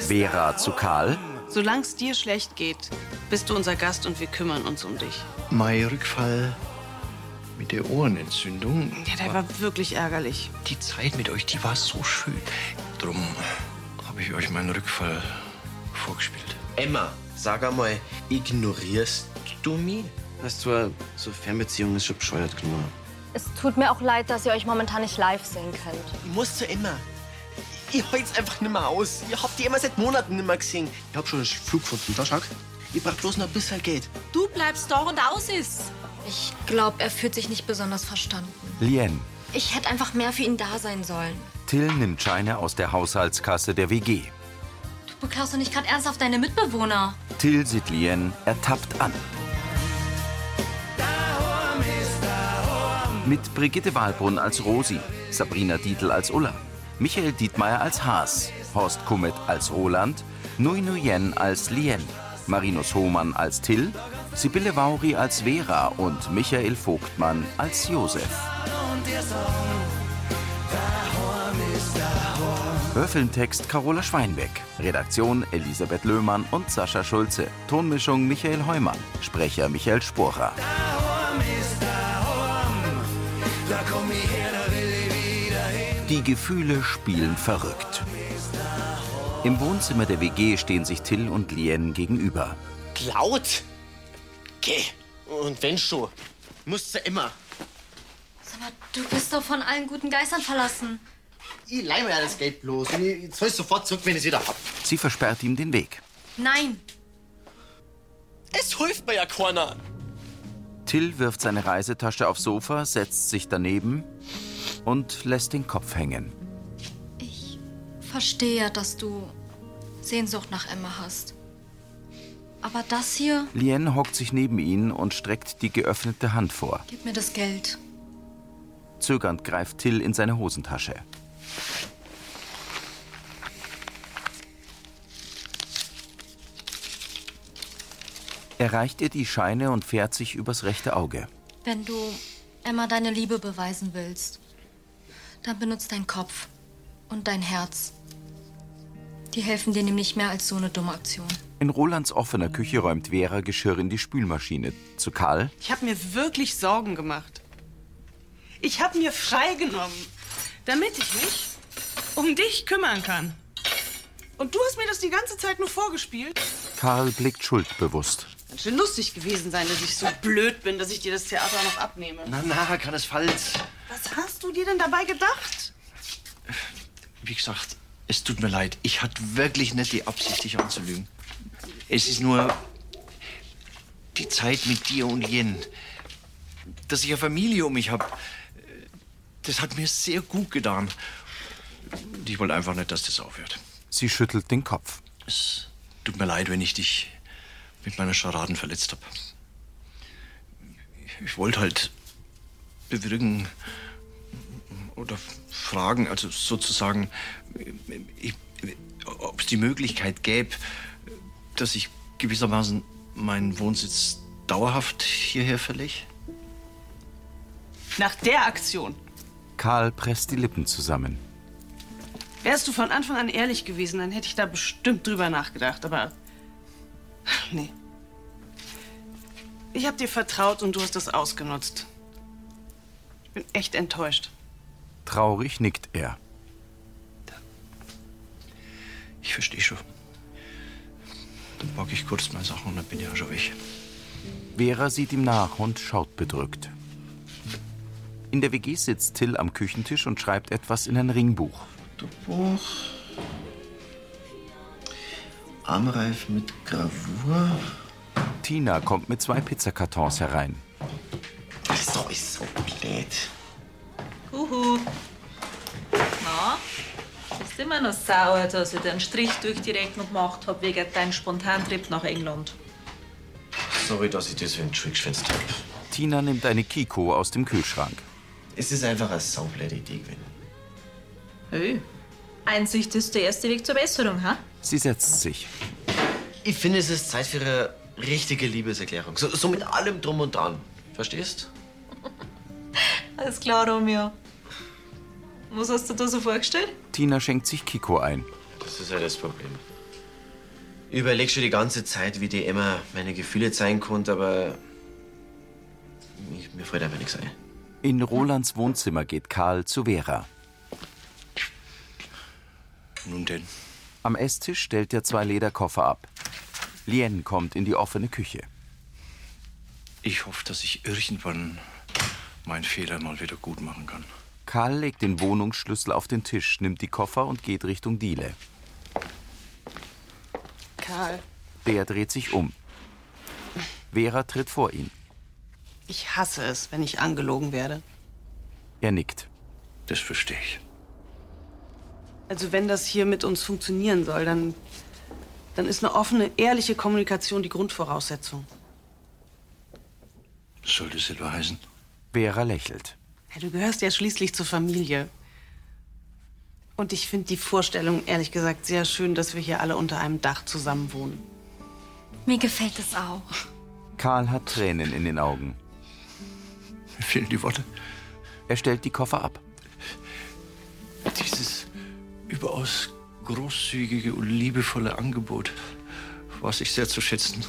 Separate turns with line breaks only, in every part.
Vera zu Karl.
Solang's dir schlecht geht, bist du unser Gast und wir kümmern uns um dich.
Mein Rückfall mit der Ohrenentzündung.
Ja, der war wirklich ärgerlich.
Die Zeit mit euch, die war so schön. Drum habe ich euch meinen Rückfall vorgespielt.
Emma, sag einmal, ignorierst du mich?
Weißt du, so Fernbeziehung ist schon bescheuert genug.
Es tut mir auch leid, dass ihr euch momentan nicht live sehen könnt.
Ich muss zu Emma. Ich halt's einfach nimmer aus. Ich hab die Emma seit Monaten nimmer gesehen. Ich hab schon einen Flug gefunden, da schau. Ich brauch bloß noch ein bisschen Geld.
Du bleibst da und aus ist.
Ich glaube, er fühlt sich nicht besonders verstanden.
Lien.
Ich hätte einfach mehr für ihn da sein sollen.
Till nimmt Scheine aus der Haushaltskasse der WG.
Du beklaust doch nicht gerade ernsthaft deine Mitbewohner.
Till sieht Lien ertappt an. Mit Brigitte Wahlbrunn als Rosi, Sabrina Dietl als Ulla, Michael Dietmeier als Haas, Horst Kummet als Roland, Nui Nuyen als Lien, Marinus Hohmann als Till, Sibylle Vauri als Vera und Michael Vogtmann als Josef. Hörfilmtext Carola Schweinbeck, Redaktion Elisabeth Löhmann und Sascha Schulze, Tonmischung Michael Heumann, Sprecher Michael Sporer. Die Gefühle spielen verrückt. Im Wohnzimmer der WG stehen sich Till und Lien gegenüber.
Klaut? Geh. Und wenn schon, musst du immer.
Sag mal, du bist doch von allen guten Geistern verlassen.
Ich leih mir das Geld bloß. Und ich ich zahl's sofort zurück, wenn ich's wieder hab.
Sie versperrt ihm den Weg.
Nein,
Es hilft mir ja keiner.
Till wirft seine Reisetasche aufs Sofa, setzt sich daneben und lässt den Kopf hängen.
verstehe, dass du Sehnsucht nach Emma hast. Aber das hier,
Lien hockt sich neben ihn und streckt die geöffnete Hand vor.
gib mir das Geld.
Zögernd greift Till in seine Hosentasche. Er reicht ihr die Scheine und fährt sich übers rechte Auge.
Wenn du Emma deine Liebe beweisen willst, dann benutzt deinen Kopf und dein Herz. Die helfen dir nämlich mehr als so eine dumme Aktion.
In Rolands offener Küche räumt Vera Geschirr in die Spülmaschine. Zu Karl.
Ich habe mir wirklich Sorgen gemacht. Ich habe mir freigenommen, damit ich mich um dich kümmern kann. Und du hast mir das die ganze Zeit nur vorgespielt?
Karl blickt schuldbewusst.
Ganz schön lustig gewesen sein, dass ich so blöd bin, dass ich dir das Theater noch abnehme.
Na, na, keinesfalls.
Was hast du dir denn dabei gedacht?
Wie gesagt, es tut mir leid. Ich hatte wirklich nicht die Absicht, dich anzulügen. Es ist nur die Zeit mit dir und Jen. Dass ich eine Familie um mich habe, das hat mir sehr gut getan. Und ich wollte einfach nicht, dass das aufhört.
Sie schüttelt den Kopf.
Es tut mir leid, wenn ich dich mit meiner Scharaden verletzt habe. Ich wollte halt bewirken oder fragen, also sozusagen, ich- ob es die Möglichkeit gäbe, dass ich gewissermaßen meinen Wohnsitz dauerhaft hierher verlege.
Nach der Aktion
Karl presst die Lippen zusammen.
wärst du von Anfang an ehrlich gewesen, dann hätte ich da bestimmt drüber nachgedacht, aber nee. Ich habe dir vertraut und du hast das ausgenutzt. Ich bin echt enttäuscht.
Traurig nickt er.
Ich verstehe schon. Dann packe ich kurz meine Sachen und dann bin ich auch schon weg.
Vera sieht ihm nach und schaut bedrückt. In der WG sitzt Till am Küchentisch und schreibt etwas in ein Ringbuch.
Buch. Armreif mit Gravur.
Tina kommt mit zwei Pizzakartons herein.
Das ist doch alles so blöd.
Huhu. Na, bist immer noch sauer, dass ich den Strich durch die Rechnung gemacht hab wegen deinem Spontantrip nach England.
Sorry, dass ich das für einen Trick geschwänzt hab.
Tina nimmt eine Kiko aus dem Kühlschrank.
Es ist einfach eine saublöde Idee gewesen.
Hey. Einsicht ist der erste Weg zur Besserung, ha?
Sie setzt sich.
Ich finde, es ist Zeit für eine richtige Liebeserklärung. So, so mit allem Drum und Dran. Verstehst?
Alles klar, Romeo. Was hast du da so vorgestellt?
Tina schenkt sich Kiko ein.
Das ist ja das Problem.
überleg schon die ganze Zeit, wie die Emma meine Gefühle zeigen konnte, aber ich, mir fällt einfach nichts ein.
In Rolands Wohnzimmer geht Karl zu Vera.
Nun denn.
Am Esstisch stellt er zwei Lederkoffer ab. Lien kommt in die offene Küche.
Ich hoffe, dass ich irgendwann meinen Fehler mal wieder gut machen kann.
Karl legt den Wohnungsschlüssel auf den Tisch, nimmt die Koffer und geht Richtung Diele.
Karl,
Der dreht sich um. Vera tritt vor ihn.
ich hasse es, wenn ich angelogen werde.
Er nickt.
Das verstehe ich.
Also wenn das hier mit uns funktionieren soll, dann, dann ist eine offene, ehrliche Kommunikation die Grundvoraussetzung.
Sollte Silber heißen.
Vera lächelt.
Ja, du gehörst ja schließlich zur Familie. Und ich finde die Vorstellung, ehrlich gesagt, sehr schön, dass wir hier alle unter einem Dach zusammen wohnen.
Mir gefällt es auch.
Karl hat Tränen in den Augen.
Mir fehlen die Worte.
Er stellt die Koffer ab.
Dieses überaus großzügige und liebevolle Angebot, was ich sehr zu schätzen.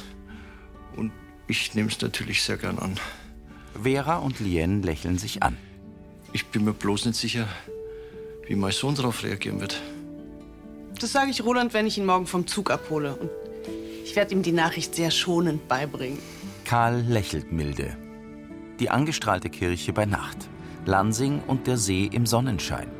Und ich nehme es natürlich sehr gern an.
Vera und Lien lächeln sich an.
Ich bin mir bloß nicht sicher, wie mein Sohn darauf reagieren wird.
Das sage ich Roland, wenn ich ihn morgen vom Zug abhole. Und ich werde ihm die Nachricht sehr schonend beibringen.
Karl lächelt milde. Die angestrahlte Kirche bei Nacht. Lansing und der See im Sonnenschein.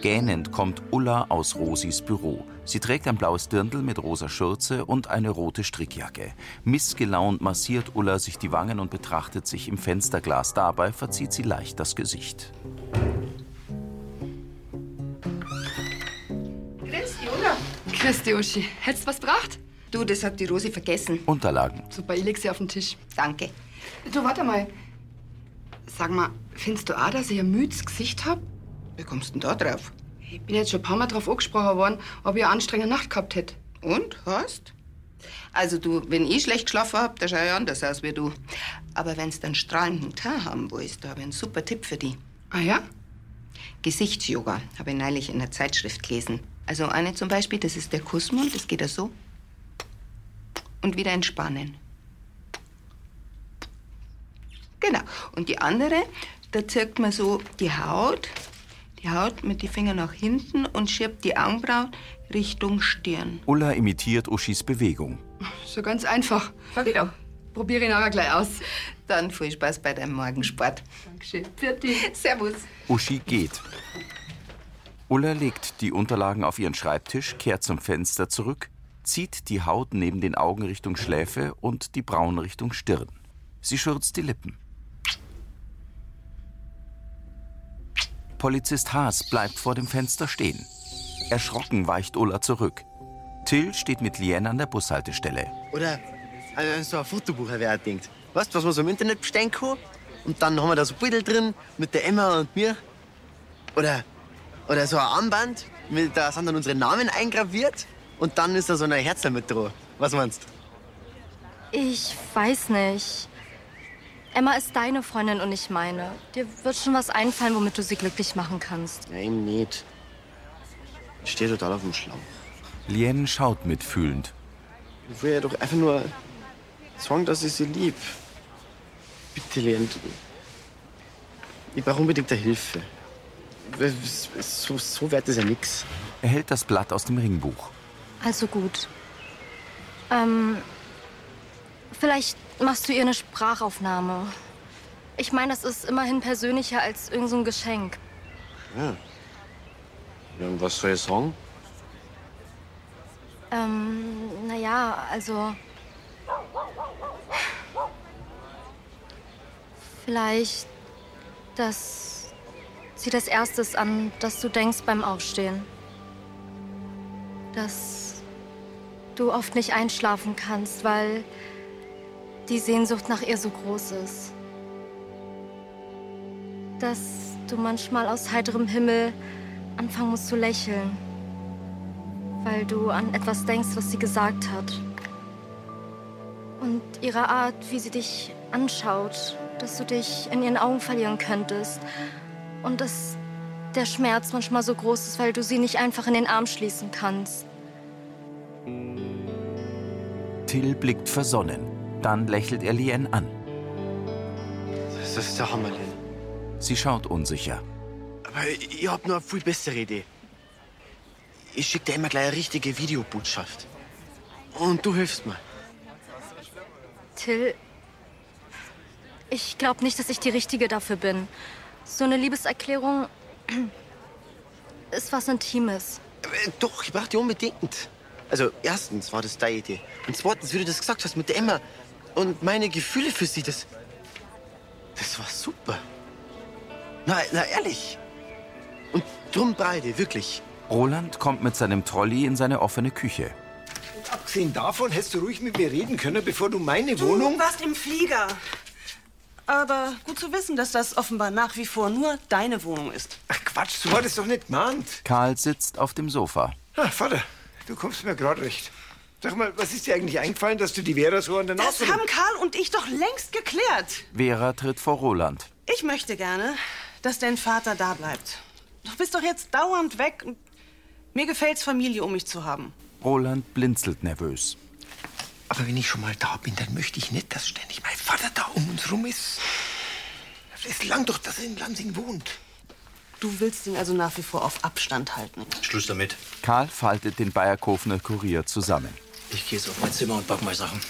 Gähnend kommt Ulla aus Rosis Büro. Sie trägt ein blaues Dirndl mit rosa Schürze und eine rote Strickjacke. Missgelaunt massiert Ulla sich die Wangen und betrachtet sich im Fensterglas. Dabei verzieht sie leicht das Gesicht.
Grüß dich, Uschi. Hättest du was gebracht?
Du, das hat die Rosi vergessen.
Unterlagen.
Super, ich leg sie auf den Tisch.
Danke.
Du, warte mal. Sag mal, findest du auch, dass ich ein müdes Gesicht hab?
Wie kommst du denn da drauf?
Ich bin jetzt schon ein paar Mal drauf angesprochen worden, ob ich eine anstrengende Nacht gehabt hätte.
Und, hast? Also du, wenn ich schlecht geschlafen hab, dann schau ich anders aus wie du. Aber wenn's dann strahlenden Tag haben willst, da hab ich einen super Tipp für dich.
Ah ja?
Gesichtsyoga habe ich neulich in der Zeitschrift gelesen. Also eine zum Beispiel, das ist der Kussmund, das geht ja so. Und wieder entspannen. Genau. Und die andere, da zirkt man so die Haut, die Haut mit den Fingern nach hinten und schiebt die Augenbrauen Richtung Stirn.
Ulla imitiert Uschis Bewegung.
So ganz einfach.
Ja, genau.
Probiere ihn aber gleich aus.
Dann viel Spaß bei deinem Morgensport.
Dankeschön. Bitte.
Servus.
Uschi geht. Ulla legt die Unterlagen auf ihren Schreibtisch, kehrt zum Fenster zurück, zieht die Haut neben den Augen Richtung Schläfe und die Brauen Richtung Stirn. Sie schürzt die Lippen. Polizist Haas bleibt vor dem Fenster stehen. Erschrocken weicht Ulla zurück. Till steht mit Lien an der Bushaltestelle.
Oder also so ein Fotobuch habe ich auch gedacht. Weißt du, was man so im Internet bestellen kann? Und dann haben wir da so ein Bild drin mit der Emma und mir. Oder, oder so ein Armband, mit, da sind dann unsere Namen eingraviert. Und dann ist da so ein Herzl mit dran. Was meinst du?
Ich weiß nicht. Emma ist deine Freundin und ich meine. Dir wird schon was einfallen, womit du sie glücklich machen kannst.
Nein, nicht. Ich stehe total auf dem Schlauch.
Lien schaut mitfühlend.
Ich will ja doch einfach nur sagen, dass ich sie lieb. Bitte, Lien. du- Ich brauche unbedingt eine Hilfe. So, so wert ist ja nichts.
Er hält das Blatt aus dem Ringbuch.
Also gut. Ähm, vielleicht machst du ihr eine Sprachaufnahme. Ich meine, das ist immerhin persönlicher als irgendein so ein Geschenk.
Ja, und was soll ich sagen?
Ähm, naja, also. Vielleicht, dass sie das Erste ist, an das du denkst beim Aufstehen. Dass du oft nicht einschlafen kannst, weil die Sehnsucht nach ihr so groß ist. Dass du manchmal aus heiterem Himmel anfangen musst zu lächeln. Weil du an etwas denkst, was sie gesagt hat. Und ihre Art, wie sie dich anschaut, dass du dich in ihren Augen verlieren könntest. Und dass der Schmerz manchmal so groß ist, weil du sie nicht einfach in den Arm schließen kannst.
Till blickt versonnen. Dann lächelt er Lien an.
Das ist der Hammer, Lien.
Sie schaut unsicher.
Aber ich ich hab noch eine viel bessere Idee. Ich schick dir immer gleich eine richtige Videobotschaft. Und du hilfst mir.
Till, ich glaube nicht, dass ich die Richtige dafür bin. So eine Liebeserklärung ist was Intimes.
Aber, äh, Doch, ich brauch die unbedingt. Also, erstens war das deine Idee. Und zweitens, wie du das gesagt hast mit der Emma und meine Gefühle für sie, das. Das war super. Na, na ehrlich. Und drum beide, wirklich.
Roland kommt mit seinem Trolley in seine offene Küche.
Abgesehen davon hättest du ruhig mit mir reden können, bevor du meine Wohnung.
Du warst im Flieger. Aber gut zu wissen, dass das offenbar nach wie vor nur deine Wohnung ist.
Ach Quatsch, du hattest doch nicht gemahnt.
Karl sitzt auf dem Sofa.
Ah, Vater, du kommst mir gerade recht. Sag mal, was ist dir eigentlich eingefallen, dass du die Vera so an der
Das
Nase.
haben Karl und ich doch längst geklärt.
Vera tritt vor Roland.
Ich möchte gerne, dass dein Vater da bleibt. Du bist doch jetzt dauernd weg. und Mir gefällt's, Familie um mich zu haben.
Roland blinzelt nervös.
Aber wenn ich schon mal da bin, dann möchte ich nicht, dass ständig mein Vater da um uns rum ist. Es langt doch, dass er in Lansing wohnt.
Du willst ihn also nach wie vor auf Abstand halten.
Schluss damit.
Karl faltet den Bayerkofener Kurier zusammen.
Ich gehe jetzt auf mein Zimmer und pack meine Sachen.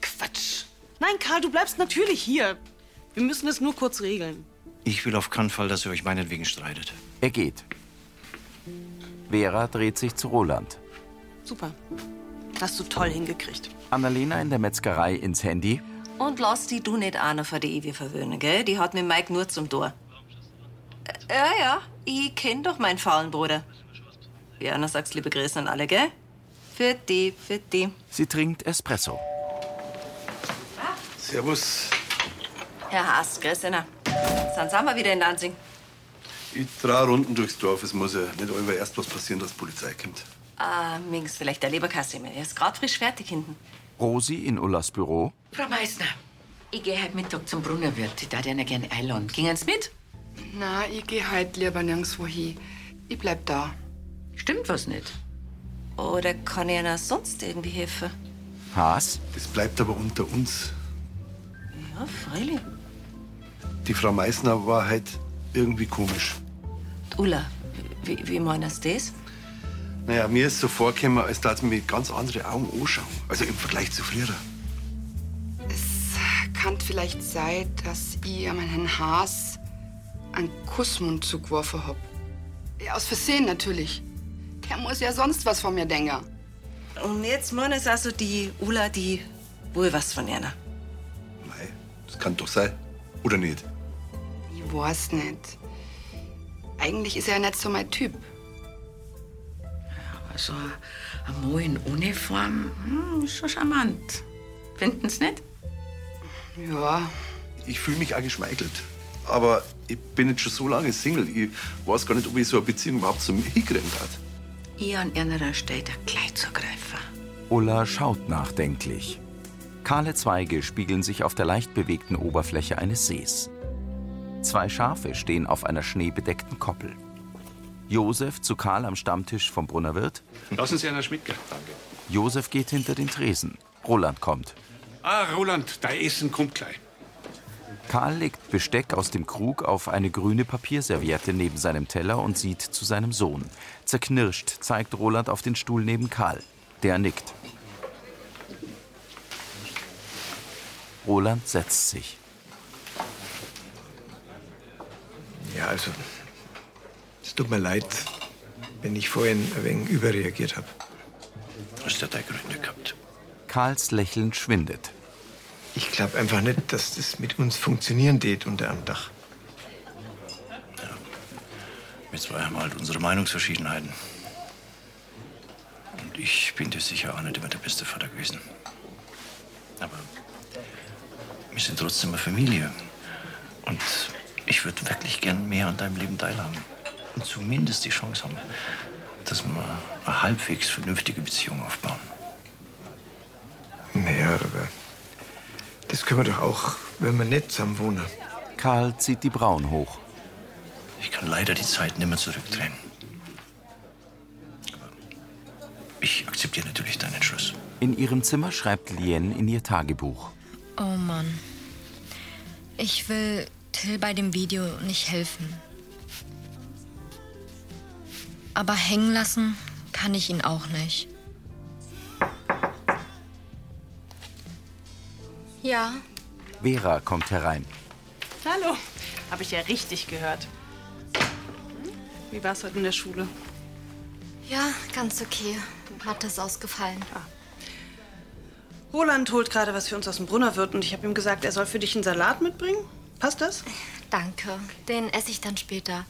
Quatsch. Nein, Karl, du bleibst natürlich hier. Wir müssen es nur kurz regeln.
Ich will auf keinen Fall, dass ihr euch meinetwegen streitet.
Er geht. Vera dreht sich zu Roland.
Super. Hast du toll hingekriegt.
Annalena in der Metzgerei ins Handy.
Und lass die du nicht einer für die ewig verwöhnen, gell? Die hat mit Mike nur zum Tor. Äh, Ja, ja, ich kenn doch meinen faulen Bruder. Ja, dann sagst liebe Grüße an alle, gell? Für die, für die.
Sie trinkt Espresso.
Servus.
Herr Haas, grüß Ihnen. Dann sind wir wieder in Lansing.
Ich trau Runden durchs Dorf. Es muss ja nicht immer erst was passieren, dass die Polizei kommt.
Ah, Mings, vielleicht der Leberkassimmel. Er ist grad frisch fertig hinten.
Rosi in Ullas Büro.
Frau Meißner, ich gehe heute Mittag zum Brunnerwirt. Ich würde Ihnen gerne einladen. Gingen Sie mit?
Na, ich geh halt lieber nirgendwo hin. Ich bleib da.
Stimmt was nicht?
Oder kann ich einer sonst irgendwie helfen?
Haas?
Das bleibt aber unter uns.
Ja, freilich.
Die Frau Meißner war halt irgendwie komisch.
Ulla, wie, wie meinst du das?
Naja, mir ist so vorgekommen, als dass sie mich mit ganz andere Augen anschauen. Also im Vergleich zu früher.
Kann vielleicht sein, dass ich an meinen Haas einen Kussmund zugeworfen hab. Ja, aus Versehen natürlich. Der muss ja sonst was von mir denken.
Und jetzt meinen es also die Ulla, die wohl was von einer.
Nein, das kann doch sein. Oder nicht?
Ich weiß nicht. Eigentlich ist er ja nicht so mein Typ.
Also, ein Mann in Uniform, hm, ist schon charmant. Finden Sie nicht?
Ja,
Ich fühle mich auch geschmeichelt. Aber ich bin jetzt schon so lange Single. Ich weiß gar nicht, ob ich so eine Beziehung überhaupt zu mir hinkriegen darf.
Ich an einer Stelle da gleich zugreifen.
Ulla schaut nachdenklich. Kahle Zweige spiegeln sich auf der leicht bewegten Oberfläche eines Sees. Zwei Schafe stehen auf einer schneebedeckten Koppel. Josef zu Karl am Stammtisch vom Brunnerwirt.
Lassen Sie einer mitgehen. Danke.
Josef geht hinter den Tresen. Roland kommt.
Ah, Roland, dein Essen kommt gleich.
Karl legt Besteck aus dem Krug auf eine grüne Papierserviette neben seinem Teller und sieht zu seinem Sohn. Zerknirscht zeigt Roland auf den Stuhl neben Karl. Der nickt. Roland setzt sich.
Ja, also. Es tut mir leid, wenn ich vorhin ein wenig überreagiert habe. Hast du deine Gründe gehabt?
Karls Lächeln schwindet.
Ich glaube einfach nicht, dass das mit uns funktionieren geht unter einem Dach.
Wir zwei haben halt unsere Meinungsverschiedenheiten. Und ich bin dir sicher auch nicht immer der beste Vater gewesen. Aber wir sind trotzdem eine Familie. Und ich würde wirklich gern mehr an deinem Leben teilhaben. Und zumindest die Chance haben, dass wir eine halbwegs vernünftige Beziehung aufbauen.
Naja, aber. Das können wir doch auch, wenn wir nicht zusammen wohnen.
Karl zieht die Brauen hoch.
Ich kann leider die Zeit nicht mehr zurückdrehen. Aber Ich akzeptiere natürlich deinen Entschluss.
In ihrem Zimmer schreibt Lien in ihr Tagebuch.
Oh Mann. Ich will Till bei dem Video nicht helfen. Aber hängen lassen kann ich ihn auch nicht. Ja,
Vera kommt herein.
Hallo. Habe ich ja richtig gehört. Wie war es heute in der Schule?
ja, ganz okay. Mathe ist ausgefallen.
Ah, Roland holt gerade was für uns aus dem Brunnerwirt und ich habe ihm gesagt, er soll für dich einen Salat mitbringen. Passt das?
Danke. Den esse ich dann später.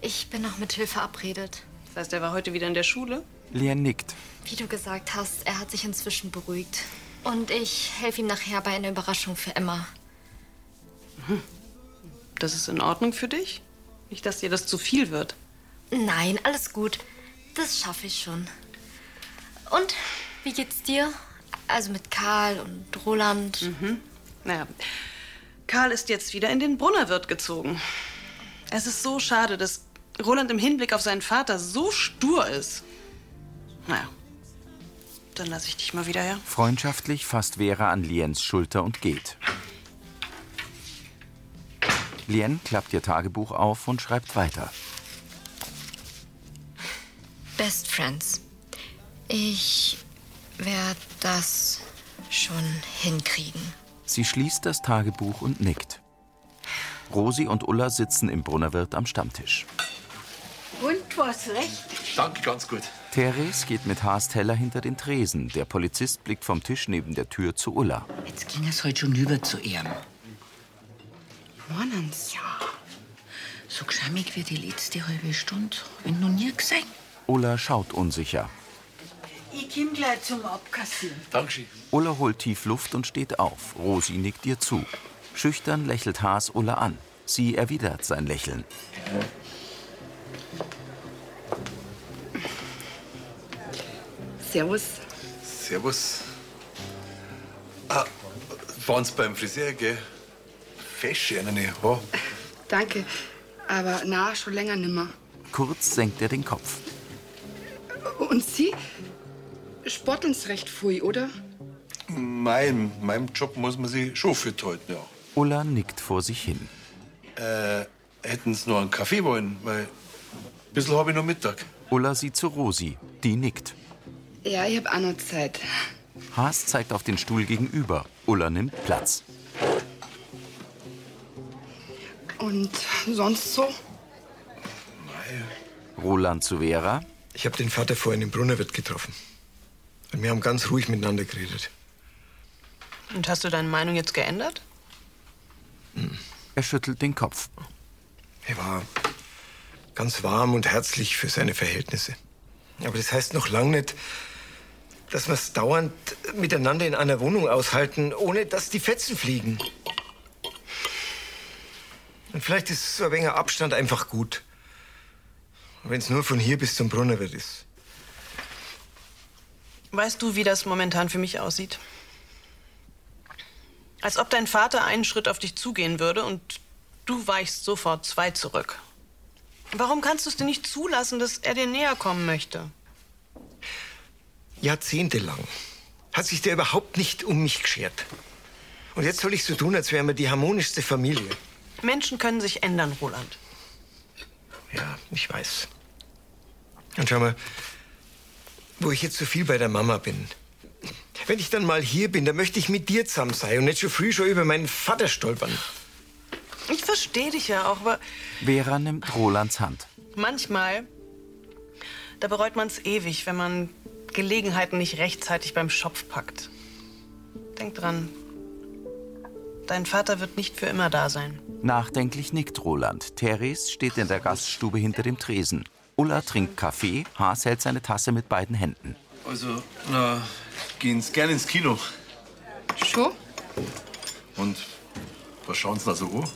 Ich bin noch mit Till verabredet.
Das heißt, er war heute wieder in der Schule?
Lien nickt.
Wie du gesagt hast, er hat sich inzwischen beruhigt. Und ich helfe ihm nachher bei einer Überraschung für Emma.
Das ist in Ordnung für dich? Nicht, dass dir das zu viel wird.
Nein, alles gut. Das schaffe ich schon. Und wie geht's dir? Also mit Karl und Roland.
Mhm. Naja, Karl ist jetzt wieder in den Brunnerwirt gezogen. Es ist so schade, dass Roland im Hinblick auf seinen Vater so stur ist. Naja, dann lasse ich dich mal wieder her.
Freundschaftlich fasst Vera an Liens Schulter und geht. Lien klappt ihr Tagebuch auf und schreibt weiter.
Best Friends. Ich werde das schon hinkriegen.
Sie schließt das Tagebuch und nickt. Rosi und Ulla sitzen im Brunnerwirt am Stammtisch.
Und was recht?
Danke, ganz gut.
Therese geht mit Haas Teller hinter den Tresen. Der Polizist blickt vom Tisch neben der Tür zu Ulla.
Jetzt ging es
halt
heute schon über zu ihm.
Morgens.
Ja. So geschammig wie die letzte halbe Stunde. Wenn noch nie gesehen.
Ulla schaut unsicher.
Ich komm gleich zum Abkassieren.
Dankeschön. Ulla holt tief Luft und steht auf. Rosi nickt ihr zu. Schüchtern lächelt Haas Ulla an. Sie erwidert sein Lächeln.
Servus.
Servus. Ah, waren Sie beim Friseur, gell? Festschernene Haar.
Danke. Aber na, schon länger nimmer.
Kurz senkt er den Kopf.
Und Sie? Spotteln's recht früh, oder?
Mein, meinem Job muss man sich schon fit halten, ja.
Ulla nickt vor sich hin.
Äh, hätten Sie noch einen Kaffee wollen? Weil ein bisschen habe ich noch Mittag.
Ulla sieht zu Rosi. Die nickt.
Ja, ich hab auch noch Zeit.
Haas zeigt auf den Stuhl gegenüber. Ulla nimmt Platz.
Und sonst so?
Roland zu Vera.
Ich habe den Vater vorhin im Brunnerwirt getroffen. Und wir haben ganz ruhig miteinander geredet.
Und hast du deine Meinung jetzt geändert?
Er schüttelt den Kopf.
Er war ganz warm und herzlich für seine Verhältnisse. Aber das heißt noch lange nicht, dass wir es dauernd miteinander in einer Wohnung aushalten, ohne dass die Fetzen fliegen. Und vielleicht ist so ein wenig Abstand einfach gut. Wenn es nur von hier bis zum Brunnerwirt ist.
Weißt du, wie das momentan für mich aussieht? Als ob dein Vater einen Schritt auf dich zugehen würde und du weichst sofort zwei zurück. Warum kannst du es dir nicht zulassen, dass er dir näher kommen möchte?
Jahrzehntelang hat sich der überhaupt nicht um mich geschert. Und jetzt soll ich so tun, als wären wir die harmonischste Familie.
Menschen können sich ändern, Roland.
Ja, ich weiß. Und schau mal, wo ich jetzt so viel bei der Mama bin. Wenn ich dann mal hier bin, dann möchte ich mit dir zusammen sein und nicht schon früh schon über meinen Vater stolpern.
Ich verstehe dich ja auch, aber
Vera nimmt Rolands Hand.
manchmal, da bereut man es ewig, wenn man Gelegenheiten nicht rechtzeitig beim Schopf packt. Denk dran, dein Vater wird nicht für immer da sein.
Nachdenklich nickt Roland. Therese steht in der Gaststube hinter dem Tresen. Ulla trinkt Kaffee. Haas hält seine Tasse mit beiden Händen.
Also, na, gehen Sie gerne ins Kino.
Schon?
Und was schauen Sie da so an?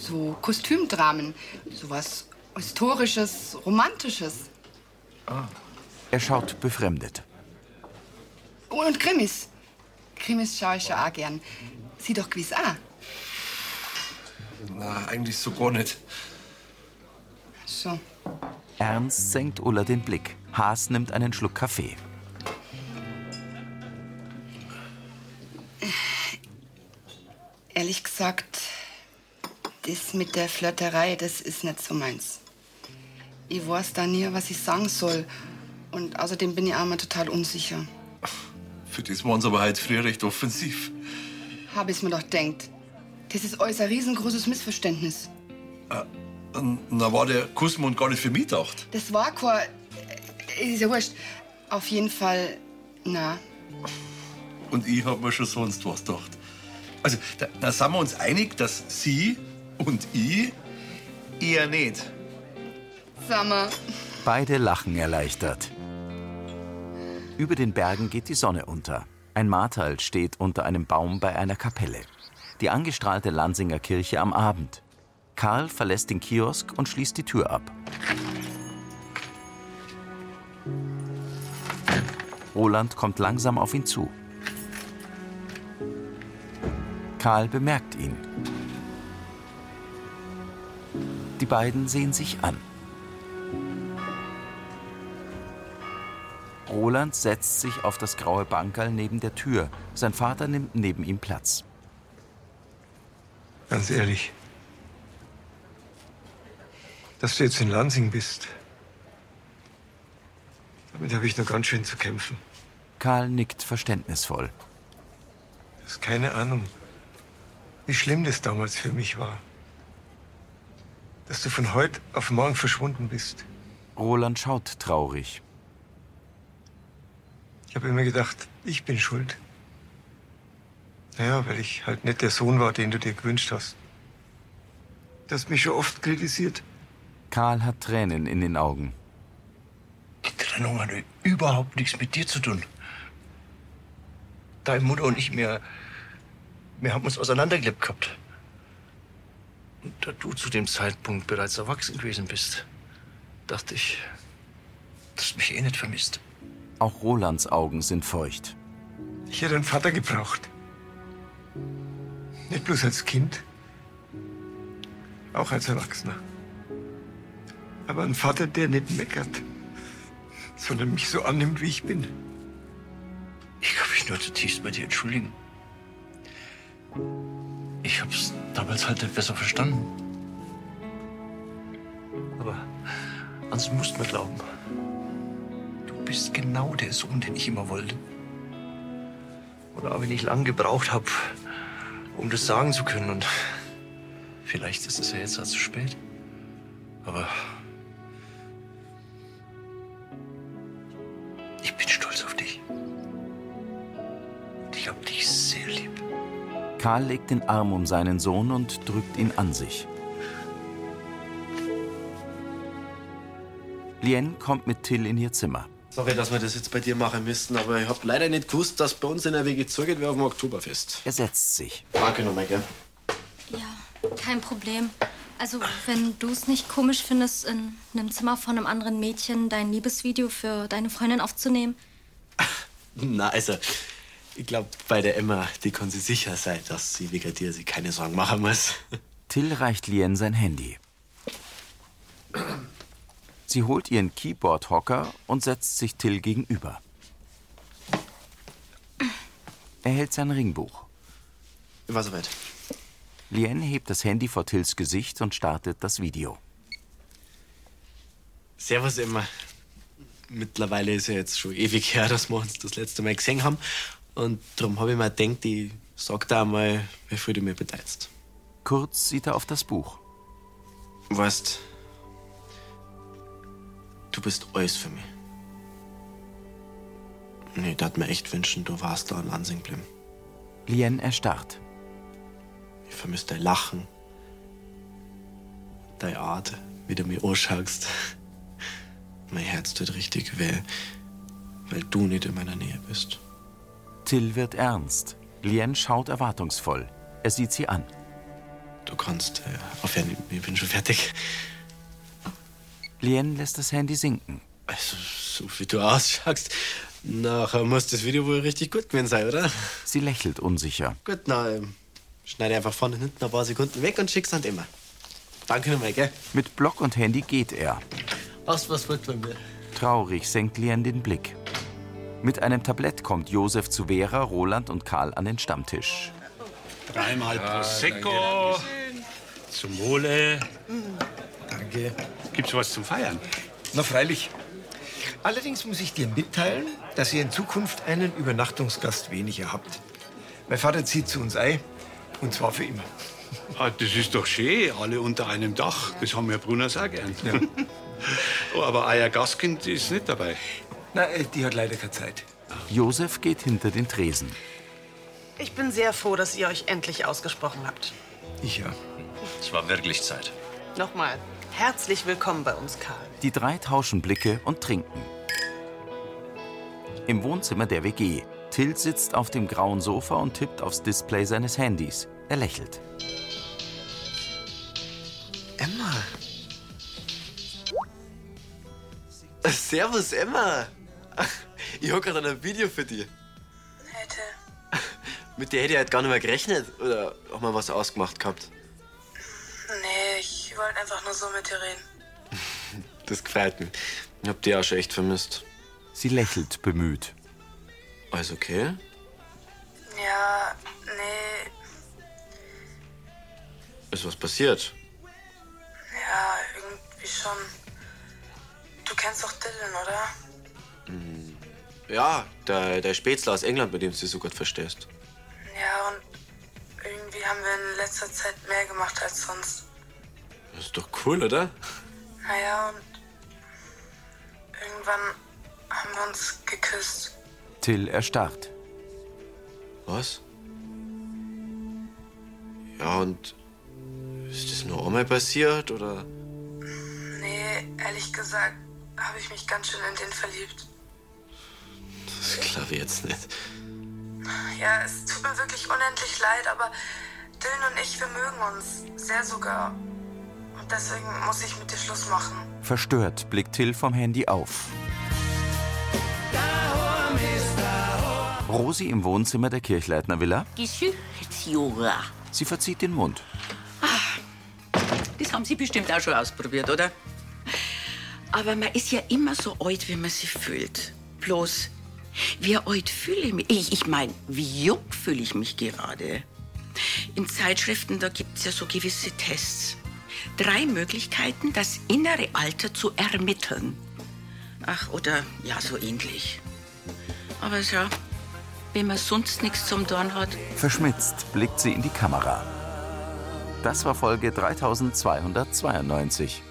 So Kostümdramen. Sowas Historisches, Romantisches.
Er schaut befremdet.
Oh, Und Krimis. Krimis schaue ich ja auch gern. Sie doch gewiss auch.
Na, eigentlich so gar nicht.
Schon.
Ernst senkt Ulla den Blick. Haas nimmt einen Schluck Kaffee.
ehrlich gesagt, das mit der Flirterei, das ist nicht so meins. Ich weiß da nie, was ich sagen soll. Und außerdem bin ich auch immer total unsicher.
Für das waren sie aber heute früher recht offensiv.
Habe ich mir doch denkt. Das ist alles ein riesengroßes Missverständnis.
Na, war der Kussmund gar nicht für mich gedacht.
Das war kein. äh, Ist ja wurscht. Auf jeden Fall, na,
Und ich hab mir schon sonst was gedacht. Also, da, da sind wir uns einig, dass sie und ich eher nicht.
sag mal.
Beide lachen erleichtert. Über den Bergen geht die Sonne unter. Ein Martal steht unter einem Baum bei einer Kapelle. Die angestrahlte Lansinger Kirche am Abend. Karl verlässt den Kiosk und schließt die Tür ab. Roland kommt langsam auf ihn zu. Karl bemerkt ihn. Die beiden sehen sich an. Roland setzt sich auf das graue Bankerl neben der Tür. Sein Vater nimmt neben ihm Platz.
Ganz ehrlich. Dass du jetzt in Lansing bist, damit habe ich noch ganz schön zu kämpfen.
Karl nickt verständnisvoll.
Du hast keine Ahnung, wie schlimm das damals für mich war. Dass du von heute auf morgen verschwunden bist.
Roland schaut traurig.
Ich habe immer gedacht, ich bin schuld. Naja, weil ich halt nicht der Sohn war, den du dir gewünscht hast. Du hast mich schon oft kritisiert.
Karl hat Tränen in den Augen.
Trennung hat überhaupt nichts mit dir zu tun. Deine Mutter und ich, wir, wir haben uns auseinandergelebt gehabt. Und da du zu dem Zeitpunkt bereits erwachsen gewesen bist, dachte ich, dass du mich eh nicht vermisst.
Auch Rolands Augen sind feucht.
Ich hätte einen Vater gebraucht. Nicht bloß als Kind, auch als Erwachsener. Aber einen Vater, der nicht meckert, sondern mich so annimmt, wie ich bin.
Ich kann mich nur zutiefst bei dir entschuldigen. Ich hab's damals halt nicht besser verstanden. Aber ans musst mir glauben. Du bist genau der Sohn, den ich immer wollte. Und auch wenn ich lang gebraucht habe, um das sagen zu können. Und vielleicht ist es ja jetzt auch zu spät. Aber ich bin stolz auf dich. Und ich hab dich sehr lieb.
Karl legt den Arm um seinen Sohn und drückt ihn an sich. Lien kommt mit Till in ihr Zimmer.
Sorry, dass wir das jetzt bei dir machen müssen, aber ich hab leider nicht gewusst, dass bei uns in der WG zugeht wie auf dem Oktoberfest.
Er setzt sich.
Danke nochmal, gell?
Kein Problem. Also, wenn du es nicht komisch findest, in einem Zimmer von einem anderen Mädchen dein Liebesvideo für deine Freundin aufzunehmen,
Na, also, ich glaube, bei der Emma, die kann sie sicher sein, dass sie wegen dir sie keine Sorgen machen muss.
Till reicht Lien sein Handy. Sie holt ihren Keyboard-Hocker und setzt sich Till gegenüber. Er hält sein Ringbuch.
Ich war soweit.
Lien hebt das Handy vor Tills Gesicht und startet das Video.
Servus, Emma. Mittlerweile ist ja jetzt schon ewig her, dass wir uns das letzte Mal gesehen haben. Und darum habe ich mir gedacht, ich sag da einmal, wie viel du mir beteilst.
Kurz sieht er auf das Buch.
Weißt, du bist alles für mich. Nee, da hat mir echt wünschen, du warst da in Lansing geblieben.
Lien erstarrt.
Ich vermisse dein Lachen, deine Art, wie du mich anschaust. Mein Herz tut richtig weh, weil du nicht in meiner Nähe bist.
Till wird ernst. Lien schaut erwartungsvoll. Er sieht sie an.
Du kannst äh, aufhören, ich bin schon fertig.
Lien lässt das Handy sinken.
Also, so wie du ausschaust, nachher muss das Video wohl richtig gut gewesen sein, oder?
Sie lächelt unsicher.
Gut, na, ähm, schneide einfach vorne und hinten ein paar Sekunden weg und schick's an immer. Danke nochmal, gell?
Mit Block und Handy geht er.
Hast was wollt von mir?
Traurig senkt Lien den Blick. Mit einem Tablett kommt Josef zu Vera, Roland und Karl an den Stammtisch.
Dreimal
Ja,
Prosecco. Zum Wohle. Danke. Gibt's was zum Feiern?
Na freilich. Allerdings muss ich dir mitteilen, dass ihr in Zukunft einen Übernachtungsgast weniger habt. Mein Vater zieht zu uns ein, und zwar für immer.
Ah, das ist doch schön, alle unter einem Dach. Das haben wir Brunners auch gern. oh, aber euer Gastkind ist nicht dabei.
Na, äh, die hat leider keine Zeit.
Josef geht hinter den Tresen.
Ich bin sehr froh, dass ihr euch endlich ausgesprochen habt.
Ich ja.
Es war wirklich Zeit.
Nochmal, herzlich willkommen bei uns, Karl.
Die drei tauschen Blicke und trinken. Im Wohnzimmer der WG. Till sitzt auf dem grauen Sofa und tippt aufs Display seines Handys. Er lächelt.
Emma. Servus, Emma. Ich hab gerade ein Video für dich.
Hätte.
Mit der hätte ich halt gar nicht mehr gerechnet. Oder haben wir was ausgemacht gehabt?
Nee, ich wollte einfach nur so mit dir reden.
Das gefällt mir. Ich hab die auch schon echt vermisst.
Sie lächelt bemüht.
Alles okay?
Ja, nee,
Ist was passiert?
ja, irgendwie schon. Du kennst doch Dylan, oder?
Hm. Ja, der, der Spätzler aus England, mit dem du dich so gut verstehst.
Ja, und irgendwie haben wir in letzter Zeit mehr gemacht als sonst.
Das ist doch cool, oder?
Naja, und irgendwann haben wir uns geküsst.
Till erstarrt.
Was? Ja, und ist das nur einmal passiert, oder?
Nee, ehrlich gesagt, habe ich mich ganz schön in den verliebt.
Das glaube ich jetzt nicht.
Ja, es tut mir wirklich unendlich leid, aber Dylan und ich, wir mögen uns. Sehr sogar. Und deswegen muss ich mit dir Schluss machen.
Verstört blickt Till vom Handy auf. Rosi im Wohnzimmer der Kirchleitner Villa.
Geschichtsjura.
Sie verzieht den Mund.
Das haben Sie bestimmt auch schon ausprobiert, oder? Aber man ist ja immer so alt, wie man sich fühlt. Bloß, wie alt fühle ich mich? Ich, ich meine, wie jung fühle ich mich gerade? In Zeitschriften, da gibt es ja so gewisse Tests. Drei Möglichkeiten, das innere Alter zu ermitteln. Ach, oder ja, so ähnlich. Aber so, wenn man sonst nichts zum Dorn hat,
Verschmitzt blickt sie in die Kamera. Das war Folge 3292.